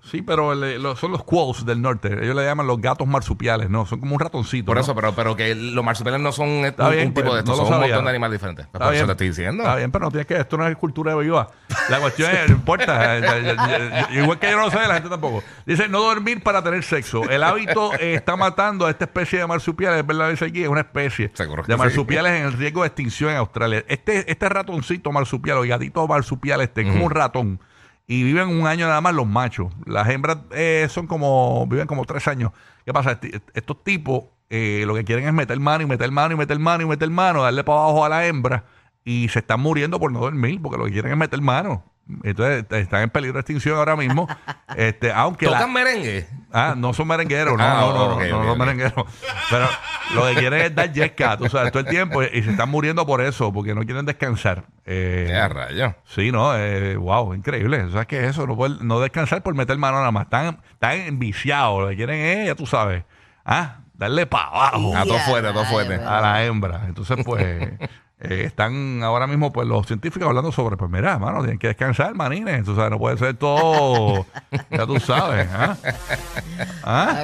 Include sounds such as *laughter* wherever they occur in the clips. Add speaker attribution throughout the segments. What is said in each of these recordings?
Speaker 1: Sí, pero le- lo- son los quolls del norte, ellos le llaman los gatos marsupiales, no, son como un ratoncito.
Speaker 2: Por
Speaker 1: ¿no?
Speaker 2: eso, pero, pero que los marsupiales no son eh, un,
Speaker 1: Está bien,
Speaker 2: un tipo
Speaker 1: pues,
Speaker 2: de estos,
Speaker 1: no lo
Speaker 2: son un
Speaker 1: sabía.
Speaker 2: montón de animales diferentes.
Speaker 1: Está
Speaker 2: Por eso
Speaker 1: bien.
Speaker 2: te estoy diciendo.
Speaker 1: Está bien, pero no tienes que. Esto no es cultura de Belloa. La cuestión es, no
Speaker 2: *laughs*
Speaker 1: importa. eh, eh, eh, Igual que yo no lo sé, la gente tampoco. Dice, no dormir para tener sexo. El hábito eh, está matando a esta especie de marsupiales. Es verdad, dice aquí, es una especie
Speaker 2: Seguro que
Speaker 1: de
Speaker 2: sí.
Speaker 1: marsupiales en el riesgo de extinción en Australia. Este, este ratoncito marsupial, o gatito marsupial, este, como un ratón. Y viven un año nada más los machos. Las hembras eh, son como, viven como tres años. ¿Qué pasa? Esti- estos tipos eh, lo que quieren es meter mano y meter mano y meter mano y meter mano, darle para abajo a la hembra y se están muriendo por no dormir porque lo que quieren es meter mano. Entonces est- están en peligro de extinción ahora mismo. este, aunque la-
Speaker 2: ¿Tocan merengue?
Speaker 1: Ah, no son merengueros, no,
Speaker 2: Ah,
Speaker 1: no, no, no,
Speaker 2: ok,
Speaker 1: no
Speaker 2: ok,
Speaker 1: son
Speaker 2: ok.
Speaker 1: merengueros. Pero lo que quieren es dar yesca, tú sabes, todo el tiempo y se están muriendo por eso, porque no quieren descansar. Eh,
Speaker 2: Ya, rayo.
Speaker 1: Sí, no, eh, wow, increíble. O sea, que eso, no, poder- no descansar por meter mano nada más. Están, están enviciados, lo que quieren es, ya tú sabes, ah, darle para abajo
Speaker 2: A Ah, todo fuerte, a todo
Speaker 3: rayo,
Speaker 2: fuerte.
Speaker 1: a la hembra. Entonces, pues, eh, están ahora mismo pues los científicos hablando sobre, pues mira, mano, tienen que descansar, manines. Tú sabes, no puede ser todo, ya tú sabes. ¿ah? ¿Ah?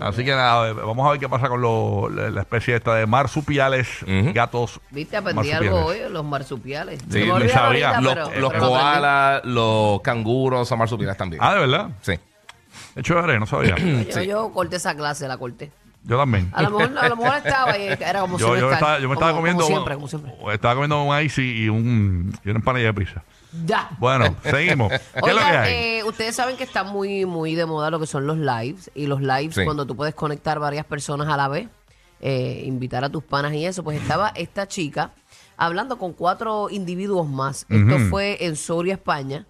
Speaker 1: Así que nada, a ver, vamos a ver qué pasa con lo- la la especie esta de marsupiales,
Speaker 2: Ujú.
Speaker 1: gatos.
Speaker 4: Viste, aprendí
Speaker 1: marsupiales.
Speaker 4: algo hoy, los marsupiales.
Speaker 2: Sí,
Speaker 4: Se me
Speaker 2: ni
Speaker 4: olvidaron
Speaker 1: sabía.
Speaker 4: ahorita,
Speaker 2: Los,
Speaker 4: pero-
Speaker 2: los
Speaker 4: pero lo aprendí.
Speaker 2: koalas, los canguros son marsupiales también.
Speaker 1: Ah, de verdad.
Speaker 2: Sí.
Speaker 1: De chévere, no
Speaker 4: *clears throat*
Speaker 1: sabía.
Speaker 4: Yo, yo corté esa clase, la corté.
Speaker 1: Yo también.
Speaker 4: A lo mejor, a lo mejor estaba y era como
Speaker 1: yo,
Speaker 4: siempre.
Speaker 1: yo me
Speaker 4: estar,
Speaker 1: estaba, yo me estaba
Speaker 4: como-
Speaker 1: comiendo.
Speaker 4: Como siempre, como siempre.
Speaker 1: Estaba comiendo un icy y un, y una empanilla de pizza.
Speaker 4: Ya.
Speaker 1: Bueno, seguimos. *laughs* ¿Qué es lo que
Speaker 4: Oigan,
Speaker 1: hay?
Speaker 4: eh, ustedes saben que está muy, muy de moda lo que son los lives. Y los lives,
Speaker 2: Sí.
Speaker 4: cuando tú puedes conectar varias personas a la vez, eh, invitar a tus panas y eso. Pues estaba esta chica hablando con cuatro individuos más. Esto fue en Soria, España.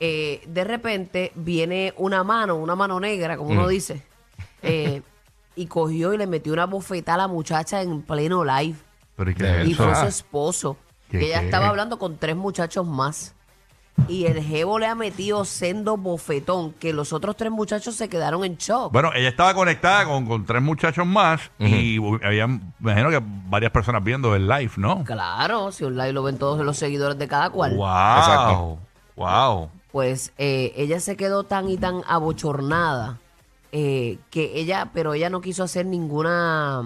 Speaker 4: Eh, de repente viene una mano, una mano negra, como uno dice, eh, y cogió y le metió una bofetada a la muchacha en pleno live.
Speaker 1: Pero ¿y qué
Speaker 2: de
Speaker 1: es
Speaker 4: Y
Speaker 1: eso?
Speaker 4: fue su
Speaker 1: Ah,
Speaker 4: esposo.
Speaker 1: ¿Qué,
Speaker 4: que ella
Speaker 1: qué?
Speaker 4: estaba hablando con tres muchachos más. Y el jevo le ha metido sendo bofetón que los otros tres muchachos se quedaron en shock.
Speaker 1: Bueno, ella estaba conectada con, con tres muchachos más y había, me imagino que varias personas viendo el live, ¿no?
Speaker 4: Claro, si un live lo ven todos los seguidores de cada cual.
Speaker 1: Wow.
Speaker 2: Exacto.
Speaker 1: Wow.
Speaker 4: Pues eh, ella se quedó tan y tan abochornada eh, que ella, pero ella no quiso hacer ninguna,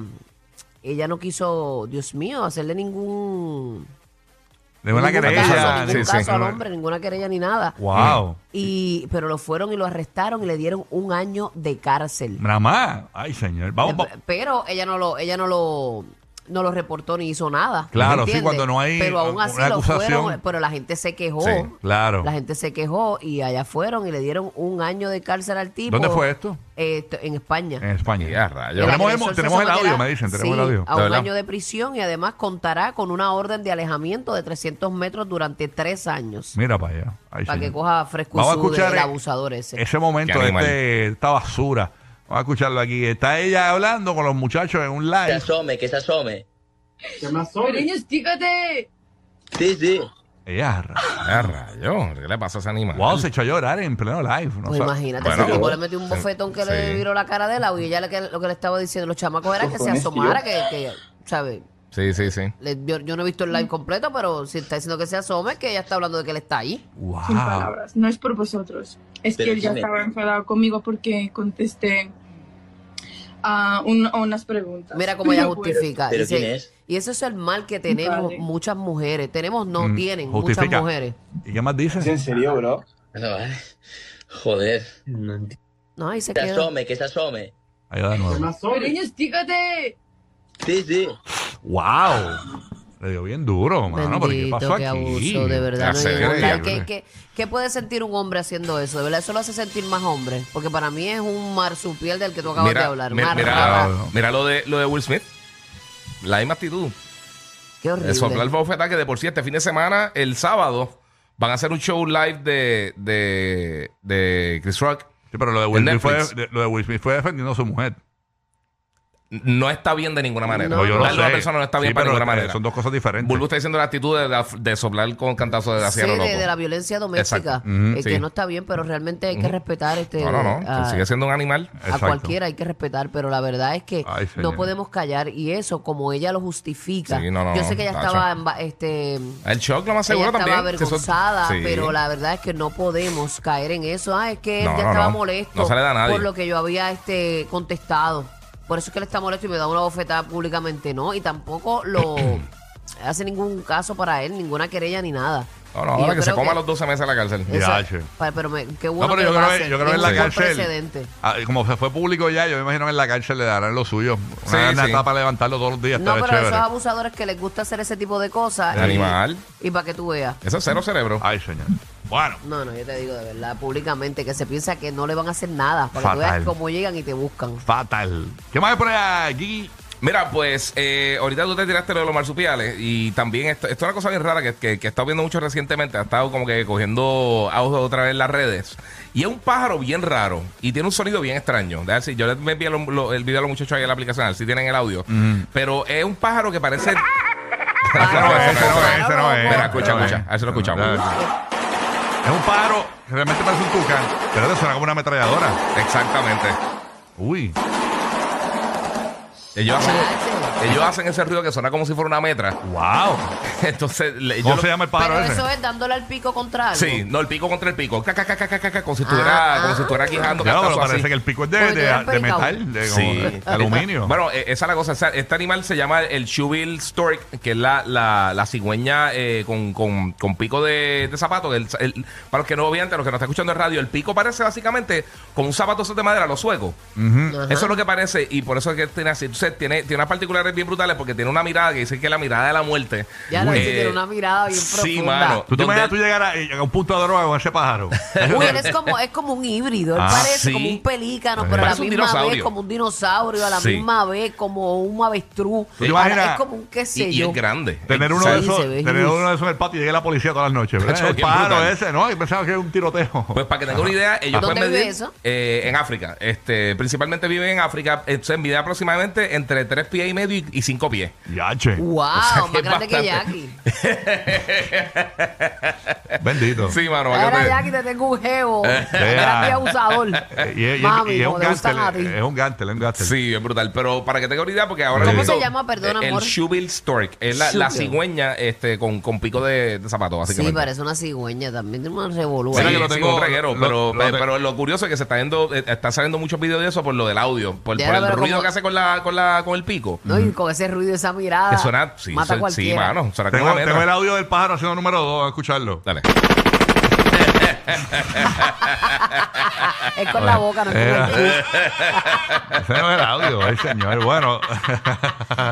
Speaker 4: ella no quiso, Dios mío, hacerle ningún,
Speaker 1: De una
Speaker 4: ningún
Speaker 1: querella.
Speaker 4: caso,
Speaker 2: sí,
Speaker 4: ningún
Speaker 2: sí.
Speaker 4: caso al hombre, ninguna querella ni nada.
Speaker 1: Wow.
Speaker 4: Y, pero lo fueron y lo arrestaron y le dieron un año de cárcel.
Speaker 1: Nada más. Ay, señor. Vamos, vamos.
Speaker 4: Eh, Pero ella no lo, ella no lo, no lo reportó ni hizo nada.
Speaker 1: Claro, sí,
Speaker 4: ¿entiendes?
Speaker 1: cuando no hay
Speaker 4: Pero aún
Speaker 1: una
Speaker 4: así lo
Speaker 1: acusación.
Speaker 4: fueron, eh, pero la gente se quejó.
Speaker 2: Sí,
Speaker 1: claro.
Speaker 4: La gente se quejó y allá fueron y le dieron un año de cárcel al tipo.
Speaker 1: ¿Dónde fue esto?
Speaker 4: Eh, esto- en España.
Speaker 1: En España.
Speaker 2: Ya, rayos.
Speaker 4: El
Speaker 1: Tenemos,
Speaker 4: agresor
Speaker 1: el-
Speaker 4: se
Speaker 1: tenemos el
Speaker 4: someterá,
Speaker 1: audio, me dicen. Tenemos
Speaker 4: sí,
Speaker 1: el audio.
Speaker 4: A
Speaker 2: ¿De
Speaker 4: un
Speaker 2: verdad?
Speaker 4: año de prisión y además contará con una orden de alejamiento de 300 metros durante tres años.
Speaker 1: Mira para allá. Ay,
Speaker 4: para que
Speaker 1: señor.
Speaker 4: coja
Speaker 1: Vamos a
Speaker 4: frescura
Speaker 1: escuchar
Speaker 4: del
Speaker 1: eh,
Speaker 4: abusador ese.
Speaker 1: ese momento,
Speaker 2: Qué animal.
Speaker 1: este, esta basura. Vamos a escucharlo aquí. Está ella hablando con los muchachos en un
Speaker 5: se
Speaker 1: live.
Speaker 5: asome, que se asome.
Speaker 6: Cariño, estícate.
Speaker 5: Sí, sí.
Speaker 1: Ella, ra-
Speaker 2: Ya, Ah, rayo. ¿Qué le pasa a ese animal?
Speaker 1: wow, se echó a llorar en pleno live. No
Speaker 4: Pues
Speaker 1: sabe-
Speaker 4: imagínate,
Speaker 2: Bueno,
Speaker 4: ese tipo le metió un
Speaker 2: sí,
Speaker 4: bofetón que
Speaker 2: sí.
Speaker 4: le viró la cara de lado y ella le- que- lo que le estaba diciendo los chamacos era que se asomara, que, que ¿sabes?
Speaker 2: Sí, sí, sí.
Speaker 4: Le- Yo, yo no he visto el live completo, pero si está diciendo que se asome, que ella está hablando de que él está ahí.
Speaker 6: Sin
Speaker 1: Wow.
Speaker 6: palabras, no es por vosotros. Es
Speaker 5: Pero
Speaker 6: que él ya
Speaker 5: ¿quién es?
Speaker 6: estaba enfadado conmigo porque contesté a, un- a unas preguntas.
Speaker 4: Mira cómo ella
Speaker 6: *laughs* No puedo.
Speaker 4: justifica.
Speaker 5: ¿Pero
Speaker 4: Dice,
Speaker 5: quién es?
Speaker 4: Y eso es el mal que tenemos
Speaker 6: Vale.
Speaker 4: muchas mujeres. Tenemos, no,
Speaker 1: Mm,
Speaker 4: tienen
Speaker 1: justifica.
Speaker 4: muchas mujeres.
Speaker 1: ¿Y qué más dice?
Speaker 7: serio, bro?
Speaker 5: Ah, No, vale. Joder.
Speaker 4: No, ahí se
Speaker 5: Que se
Speaker 4: queda.
Speaker 5: asome, que se asome.
Speaker 1: Ahí va de nuevo.
Speaker 6: Cariño, estícate.
Speaker 5: Sí, sí.
Speaker 1: ¡Wow! Le dio bien duro, Oh, mano. ¿Pero qué
Speaker 4: Bendito,
Speaker 1: pasó
Speaker 4: qué
Speaker 1: aquí?
Speaker 4: abuso, de verdad. No
Speaker 2: Hace
Speaker 4: llegó
Speaker 2: día,
Speaker 4: a hablar.
Speaker 2: yo
Speaker 4: ¿Qué,
Speaker 2: creo.
Speaker 4: qué, qué puede sentir un hombre haciendo eso? De verdad, eso lo hace sentir más hombre. Porque para mí es un marsupial del que tú acabas de hablar.
Speaker 2: mi-
Speaker 4: Una
Speaker 2: mira,
Speaker 4: rata.
Speaker 2: mira lo, de, lo de Will Smith. La misma actitud.
Speaker 4: Qué horrible.
Speaker 2: El soplar bofetá que de por sí este fin de semana, el sábado, van a hacer un show live de, de, de Chris Rock.
Speaker 1: Sí, pero lo de, Will Smith
Speaker 2: En
Speaker 1: fue,
Speaker 2: Netflix.
Speaker 1: de- lo de Will Smith fue defendiendo a su mujer.
Speaker 2: No está bien de ninguna manera.
Speaker 4: No,
Speaker 1: yo
Speaker 4: no.
Speaker 1: lo
Speaker 2: Darle a
Speaker 1: sé.
Speaker 2: una persona no está bien
Speaker 1: Sí,
Speaker 2: para
Speaker 1: pero,
Speaker 2: ninguna
Speaker 1: eh,
Speaker 2: manera.
Speaker 1: Son dos cosas diferentes.
Speaker 2: Bulbo está diciendo la actitud de, de soplar con cantazo de
Speaker 4: Sí,
Speaker 2: acero
Speaker 4: de,
Speaker 2: loco.
Speaker 4: de la violencia doméstica,
Speaker 2: Exacto. Ujú,
Speaker 4: eh,
Speaker 2: sí.
Speaker 4: que no está bien, pero realmente hay que
Speaker 2: Ujú.
Speaker 4: respetar este
Speaker 2: No, no, no.
Speaker 4: a-
Speaker 2: sigue siendo un animal.
Speaker 1: Exacto.
Speaker 4: A cualquiera hay que respetar, pero la verdad es que
Speaker 1: Ay, señor.
Speaker 4: no podemos callar y eso, como ella lo justifica.
Speaker 2: Sí, no, no,
Speaker 4: Yo sé que ella
Speaker 2: tacho.
Speaker 4: estaba, en ba- este,
Speaker 2: El shock lo más
Speaker 4: ella
Speaker 2: seguro
Speaker 4: estaba
Speaker 2: también. que eso-
Speaker 4: avergonzada,
Speaker 2: Sí.
Speaker 4: pero la verdad es que no podemos caer en eso. Ah, es que él
Speaker 2: No,
Speaker 4: ya
Speaker 2: no,
Speaker 4: estaba
Speaker 2: no.
Speaker 4: molesto
Speaker 2: No se le da a nadie.
Speaker 4: por lo que yo había este, contestado. Por eso es que él está molesto y me da una bofetada públicamente, ¿no? Y tampoco
Speaker 2: *clears throat*
Speaker 4: lo hace ningún caso para él, ninguna querella ni nada.
Speaker 2: No, no,
Speaker 4: Y
Speaker 2: ahora
Speaker 4: yo
Speaker 2: que se
Speaker 4: creo Eh,
Speaker 2: coma los 12 meses en la cárcel.
Speaker 1: Ya,
Speaker 4: Esa-
Speaker 1: che.
Speaker 4: pa- pero me- qué
Speaker 1: No,
Speaker 4: bueno
Speaker 1: pero
Speaker 4: que
Speaker 1: yo
Speaker 4: lo
Speaker 1: creo,
Speaker 4: hacen.
Speaker 1: yo creo que en
Speaker 4: Es
Speaker 1: la
Speaker 4: un buen
Speaker 1: cárcel.
Speaker 4: precedente.
Speaker 1: ah, como se fue público ya, yo me imagino que en la cárcel le darán lo suyo.
Speaker 2: Sí,
Speaker 1: Una
Speaker 2: sí.
Speaker 1: etapa para levantarlo todos los días.
Speaker 4: No,
Speaker 1: estaría
Speaker 4: pero
Speaker 1: chévere.
Speaker 4: esos abusadores que les gusta hacer ese tipo de cosas.
Speaker 2: El
Speaker 4: y-
Speaker 2: animal.
Speaker 4: Y, para que tú veas.
Speaker 2: Eso es cero cerebro.
Speaker 1: Ay, señor. Bueno.
Speaker 4: No, no, yo te digo de verdad, públicamente, que se piensa que no le van a hacer nada. Para que tú
Speaker 1: Fatal.
Speaker 4: veas cómo llegan y te buscan.
Speaker 1: Fatal. ¿Qué más hay por allá, Gigi?
Speaker 2: Mira, pues eh, ahorita tú te tiraste lo de los marsupiales y también esto, esto es una cosa bien rara que, que, que he estado viendo mucho recientemente. Ha estado como que cogiendo audio otra vez en las redes. Y es un pájaro bien raro y tiene un sonido bien extraño. Déjame ver si- yo les me envié lo- lo- el video a los muchachos ahí en la aplicación, a ver si tienen el audio. Pero es un pájaro que parece.
Speaker 1: Ah, Ese no es, ese no es, ese no es.
Speaker 2: Mira, escucha,
Speaker 1: Ese no es.
Speaker 2: escucha. A ver si lo escuchamos.
Speaker 1: Es un pájaro que realmente parece un tucán. Pero suena como una ametralladora.
Speaker 2: Exactamente.
Speaker 1: Uy.
Speaker 2: Ellos hacen,
Speaker 4: Gracias.
Speaker 2: ellos hacen ese ruido que suena como si fuera una metra. *laughs*
Speaker 1: Wow.
Speaker 2: Entonces, le- yo
Speaker 1: ¿Cómo
Speaker 2: lo-
Speaker 1: se llama el pájaro
Speaker 4: Pero
Speaker 1: ese?
Speaker 4: eso es dándole al pico contra algo.
Speaker 2: Sí, no, el pico contra el pico. Ca, ca, ca, ca, ca, ca, como si estuviera,
Speaker 4: Ah,
Speaker 2: como si
Speaker 4: ah.
Speaker 2: estuviera quijando.
Speaker 1: Claro,
Speaker 2: cantazo
Speaker 1: pero parece
Speaker 2: así.
Speaker 1: que el pico es de,
Speaker 4: Porque tú
Speaker 1: de-
Speaker 4: eres
Speaker 1: de
Speaker 4: pericao.
Speaker 1: metal, de, como
Speaker 2: Sí.
Speaker 1: de aluminio.
Speaker 2: *laughs* Bueno, eh, esa es la cosa. O sea, este animal se llama el Shubil Stork, que es la, la, la cigüeña eh, con, con, con pico de, de zapato. El- el- para los que no vean, los que no están escuchando en radio, el pico parece básicamente como un zapato de madera, los suecos.
Speaker 4: Ajá.
Speaker 2: mm, Eso es lo que parece y por eso es que tiene así. Entonces, tiene, tiene unas particularidades bien brutales porque tiene una mirada que dice que es la mirada de la muerte.
Speaker 4: Ya lo
Speaker 2: Eh,
Speaker 4: hice,
Speaker 2: *laughs*
Speaker 4: tiene una mirada bien
Speaker 2: Sí,
Speaker 4: profunda.
Speaker 2: mano.
Speaker 1: ¿Tú te
Speaker 2: Donde-
Speaker 1: imaginas tú llegar a, a un punto de droga con ese
Speaker 2: *laughs*
Speaker 1: pájaro?
Speaker 4: Uy, él es como, es como un híbrido, él
Speaker 1: Ah,
Speaker 4: parece
Speaker 2: sí.
Speaker 4: como un pelícano, pero a la
Speaker 2: Parece un
Speaker 4: misma vez
Speaker 2: dinosaurio.
Speaker 4: como un dinosaurio, a la
Speaker 2: Sí.
Speaker 4: misma vez como un
Speaker 1: ¿Tú
Speaker 4: avestruz,
Speaker 1: te
Speaker 4: a la-
Speaker 1: imaginas?
Speaker 4: es como un qué
Speaker 2: y,
Speaker 4: sé
Speaker 2: y
Speaker 4: yo.
Speaker 2: es grande.
Speaker 1: Tener uno,
Speaker 4: Sí,
Speaker 1: de
Speaker 4: se
Speaker 1: esos,
Speaker 4: ve
Speaker 1: tener
Speaker 4: gris.
Speaker 1: uno de esos en el patio y llegue la policía todas las noches. ¿verdad?
Speaker 2: Cacho,
Speaker 1: El
Speaker 2: bien
Speaker 1: pájaro
Speaker 2: brutal.
Speaker 1: ese, ¿no? Y pensaba que era un tiroteo.
Speaker 2: Pues para que tengan una idea, ellos
Speaker 4: ¿Dónde
Speaker 2: pueden
Speaker 4: vive
Speaker 2: medir
Speaker 4: eso?
Speaker 2: eh, en África. Este, principalmente viven en África, entonces miden aproximadamente entre 3 pies y medio y- y 5 pies.
Speaker 1: *laughs* Yache.
Speaker 2: Uh.
Speaker 4: Wow,
Speaker 2: *laughs* sea, que
Speaker 4: más
Speaker 2: es
Speaker 4: grande que
Speaker 2: bastante.
Speaker 4: Jackie.
Speaker 2: *laughs*
Speaker 1: Bendito.
Speaker 2: Sí, mano, para que
Speaker 4: Ahora
Speaker 2: te-
Speaker 4: Jackie te tengo
Speaker 2: *laughs*
Speaker 4: un jevo.
Speaker 1: Vea.
Speaker 4: Era mi abusador.
Speaker 1: Eh, y, es- y es-
Speaker 4: Mami,
Speaker 1: y es
Speaker 4: como
Speaker 1: un
Speaker 4: te gustan a ti.
Speaker 1: gántel.
Speaker 2: eh,
Speaker 1: Es un gántel, es un gántel.
Speaker 2: Sí, es brutal. Pero para que tengan una idea, porque ahora.
Speaker 1: ¿Cómo
Speaker 2: mismo- eh,
Speaker 4: se llama? Perdona,
Speaker 2: El
Speaker 4: amor.
Speaker 2: Shubil Stork. Es la, la
Speaker 4: Shubil.
Speaker 2: cigüeña este, con, con pico de, de zapato,
Speaker 4: Sí,
Speaker 2: básicamente.
Speaker 4: parece una cigüeña también, tiene una
Speaker 2: Sí,
Speaker 4: revolución.
Speaker 1: Mira que lo
Speaker 2: sí,
Speaker 1: tengo-
Speaker 2: un reguero,
Speaker 1: lo-
Speaker 2: pero,
Speaker 1: lo
Speaker 2: eh,
Speaker 1: te-
Speaker 2: pero lo curioso es que se está yendo, eh, están saliendo muchos videos de eso por lo del audio, por,
Speaker 4: Ya,
Speaker 2: por el
Speaker 4: pero
Speaker 2: ruido
Speaker 4: como-
Speaker 2: que hace con la, con la, con el pico.
Speaker 4: No, y con ese ruido, esa mirada.
Speaker 2: Que suena, sí,
Speaker 4: Ah, mata a
Speaker 2: suena- sí,
Speaker 4: cualquiera.
Speaker 2: mano, suena como
Speaker 1: Tengo,
Speaker 2: una metra.
Speaker 1: tengo el audio del pájaro haciendo número 2, a escucharlo.
Speaker 2: Dale.
Speaker 4: Ah, Es con la boca, no es con
Speaker 2: Eh.
Speaker 4: el
Speaker 1: Era- Ese no es el audio, ay señor. Bueno,
Speaker 4: pico.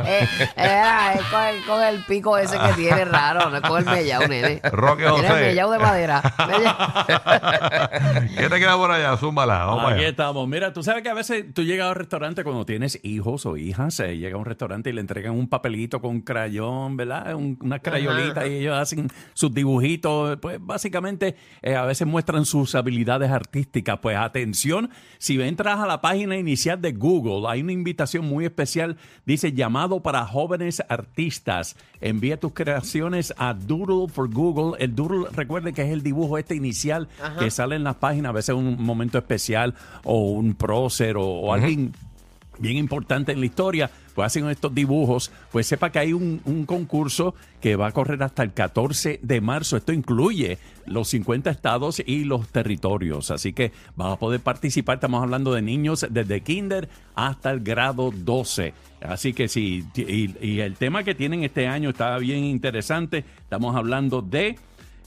Speaker 4: Eh, era, es con, el- con el pico ese que tiene raro, no es con el mellao, nene.
Speaker 1: Roque
Speaker 4: Tiene el
Speaker 1: José.
Speaker 4: mellao de madera.
Speaker 2: *laughs*
Speaker 1: ¿qué te queda por allá? Zúmbala, vamos
Speaker 7: Aquí
Speaker 1: allá.
Speaker 7: estamos. Mira, tú sabes que a veces tú llegas a un restaurante cuando tienes hijos o hijas, eh, llega a un restaurante y le entregan un papelito con crayón, ¿verdad? Un- unas crayolitas y ellos hacen sus dibujitos. Pues básicamente eh, a veces muestran sus habilidades artísticas. Pues atención, si entras a la página inicial de Google, hay una invitación muy especial. Dice llamado para jóvenes artistas. Envía tus creaciones a Doodle for Google. El Doodle, recuerden que es el dibujo este inicial que sale en las páginas, a veces un momento especial o un prócer o, o alguien bien importante en la historia, pues hacen estos dibujos, pues sepa que hay un, un concurso que va a correr hasta el 14 de marzo. Esto incluye los 50 estados y los territorios, así que vas a poder participar. Estamos hablando de niños desde kinder hasta el grado 12. Así que sí, y, y el tema que tienen este año está bien interesante. Estamos hablando de...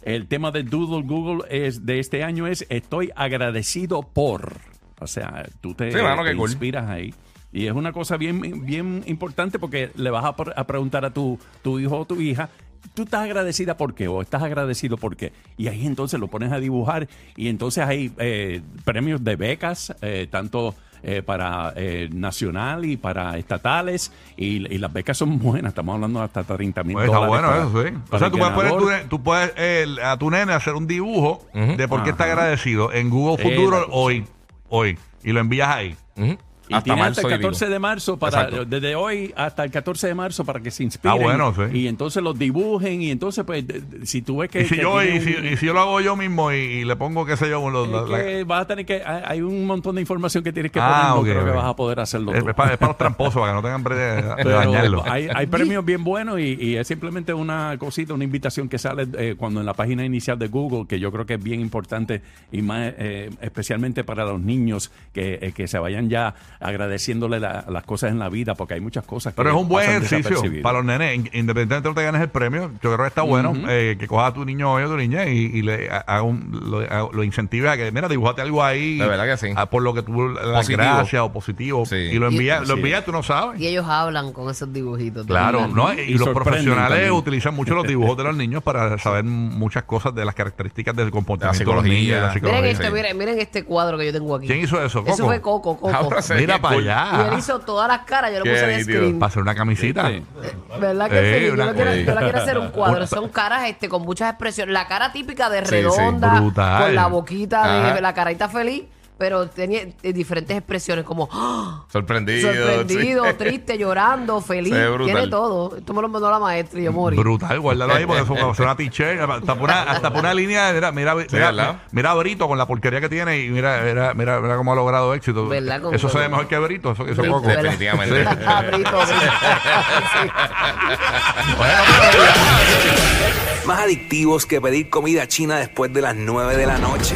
Speaker 7: El tema de Doodle Google es, de este año es Estoy agradecido por. O sea, tú te,
Speaker 2: Sí, mano, qué
Speaker 7: te
Speaker 2: cool.
Speaker 7: inspiras ahí. Y es una cosa bien, bien importante porque le vas a, pre- a preguntar a tu, tu hijo o tu hija, ¿tú estás agradecida por qué? ¿O estás agradecido por qué? Y ahí entonces lo pones a dibujar y entonces hay eh, premios de becas, eh, tanto eh, para eh, nacional y para estatales. Y, y las becas son buenas, estamos hablando de hasta 30 mil
Speaker 1: Pues está bueno
Speaker 7: dólares. para-
Speaker 1: eso, sí. O
Speaker 7: para
Speaker 1: sea,
Speaker 7: el
Speaker 1: tú puedes, poner
Speaker 7: ganador.
Speaker 1: tu ne- tú puedes eh, a tu nene hacer un dibujo
Speaker 2: Ujú.
Speaker 1: de por qué está
Speaker 7: Ajá.
Speaker 1: agradecido en Google
Speaker 7: Eh, la
Speaker 1: Futuro
Speaker 7: cosa.
Speaker 1: hoy, hoy, y lo envías ahí.
Speaker 2: Ujú.
Speaker 7: Y tiene hasta el
Speaker 2: y vivo.
Speaker 7: 14 de marzo para
Speaker 2: Exacto.
Speaker 7: desde hoy hasta el 14 de marzo para que se
Speaker 1: Ah,
Speaker 7: inspiren
Speaker 1: bueno, sí.
Speaker 7: y entonces los dibujen y entonces pues de- de- si tú ves que,
Speaker 1: Y si,
Speaker 7: que
Speaker 1: yo,
Speaker 7: tiene
Speaker 1: y, si,
Speaker 7: un-
Speaker 1: y si yo lo hago yo mismo y, y le pongo, qué sé yo, los,
Speaker 7: es
Speaker 1: la- la-
Speaker 7: que vas a tener que hay hay un montón de información que tienes que poner
Speaker 1: Ah,
Speaker 7: no
Speaker 1: ok,
Speaker 7: creo
Speaker 1: ok.
Speaker 7: que vas a poder hacerlo
Speaker 1: es,
Speaker 7: tú.
Speaker 1: es para, es para los tramposos, para que no tengan prisa de, de dañarlo.
Speaker 7: Pero hay, hay premios bien buenos y, y es simplemente una cosita, una invitación que sale eh, cuando en la página inicial de Google, que yo creo que es bien importante y más eh, especialmente para los niños que, eh, que se vayan ya agradeciéndole la- las cosas en la vida, porque hay muchas cosas que
Speaker 1: Pero es un buen
Speaker 7: pasan
Speaker 1: ejercicio
Speaker 7: desapercibidas.
Speaker 1: para los nenes, in- independientemente no te ganes el premio. Yo creo que está bueno eh, que cojas a tu niño hoy o tu niña y, y le ha- haga un- lo, ha- lo incentives a que, mira, dibujate algo ahí.
Speaker 2: De verdad que sí.
Speaker 1: ah, por lo que tú las
Speaker 2: Positivo.
Speaker 1: gracias o positivo.
Speaker 2: Sí.
Speaker 1: Y lo envías, lo
Speaker 7: Sí.
Speaker 1: envías, tú no sabes.
Speaker 4: Y ellos hablan con esos dibujitos.
Speaker 1: Claro,
Speaker 4: también.
Speaker 1: ¿no? y,
Speaker 7: Y
Speaker 1: los
Speaker 7: sorprenden
Speaker 1: profesionales
Speaker 7: también.
Speaker 1: utilizan mucho los dibujos de los niños para saber muchas cosas de las características del comportamiento de los
Speaker 2: psicología.
Speaker 1: niños, de la
Speaker 4: Miren
Speaker 1: psicología.
Speaker 2: esto,
Speaker 4: este, miren, miren este cuadro que yo tengo aquí.
Speaker 1: ¿Quién hizo eso?
Speaker 4: Eso
Speaker 1: ¿Coco?
Speaker 4: fue Coco, Coco.
Speaker 2: Ahora se
Speaker 1: Mira
Speaker 2: ve
Speaker 1: para
Speaker 2: cool.
Speaker 4: Y él
Speaker 1: allá.
Speaker 4: hizo todas las caras, yo lo
Speaker 2: Qué
Speaker 4: puse de
Speaker 2: nítido.
Speaker 4: screen.
Speaker 1: Para hacer una camisita.
Speaker 7: Sí.
Speaker 4: ¿Verdad que
Speaker 1: Eh,
Speaker 4: sí? Yo,
Speaker 1: una
Speaker 4: lo quiero,
Speaker 1: cosa.
Speaker 4: yo lo quiero hacer
Speaker 2: *laughs*
Speaker 4: un cuadro.
Speaker 1: Una-
Speaker 4: Son caras este, con muchas expresiones. La cara típica de
Speaker 2: Sí, sí.
Speaker 4: redonda,
Speaker 1: Brutal.
Speaker 4: con la boquita, de,
Speaker 2: Ajá.
Speaker 4: la carita feliz, pero tenía eh, diferentes expresiones como ¡ah!
Speaker 2: Sorprendido.
Speaker 4: sorprendido,
Speaker 2: sí.
Speaker 4: triste, llorando, feliz.
Speaker 2: Se ve brutal.
Speaker 4: Tiene todo. Esto me lo mandó la maestra y yo morí.
Speaker 1: Brutal, guárdalo ahí porque eso va a ser una t-shirt. Hasta por una, hasta por una línea, mira, mira, mira,
Speaker 2: ¿verdad?
Speaker 1: mira a Brito con la porquería que tiene y mira, mira, mira, mira cómo ha logrado éxito.
Speaker 4: ¿Verdad? Con-
Speaker 1: eso se ve
Speaker 4: con-
Speaker 1: mejor que Brito, eso, eso
Speaker 4: Brito,
Speaker 1: poco.
Speaker 4: ¿verdad?
Speaker 2: Definitivamente.
Speaker 4: *laughs* Ah, Brito, Brito. Sí.
Speaker 1: *laughs*
Speaker 8: Más adictivos que pedir comida china después de las 9 de la noche.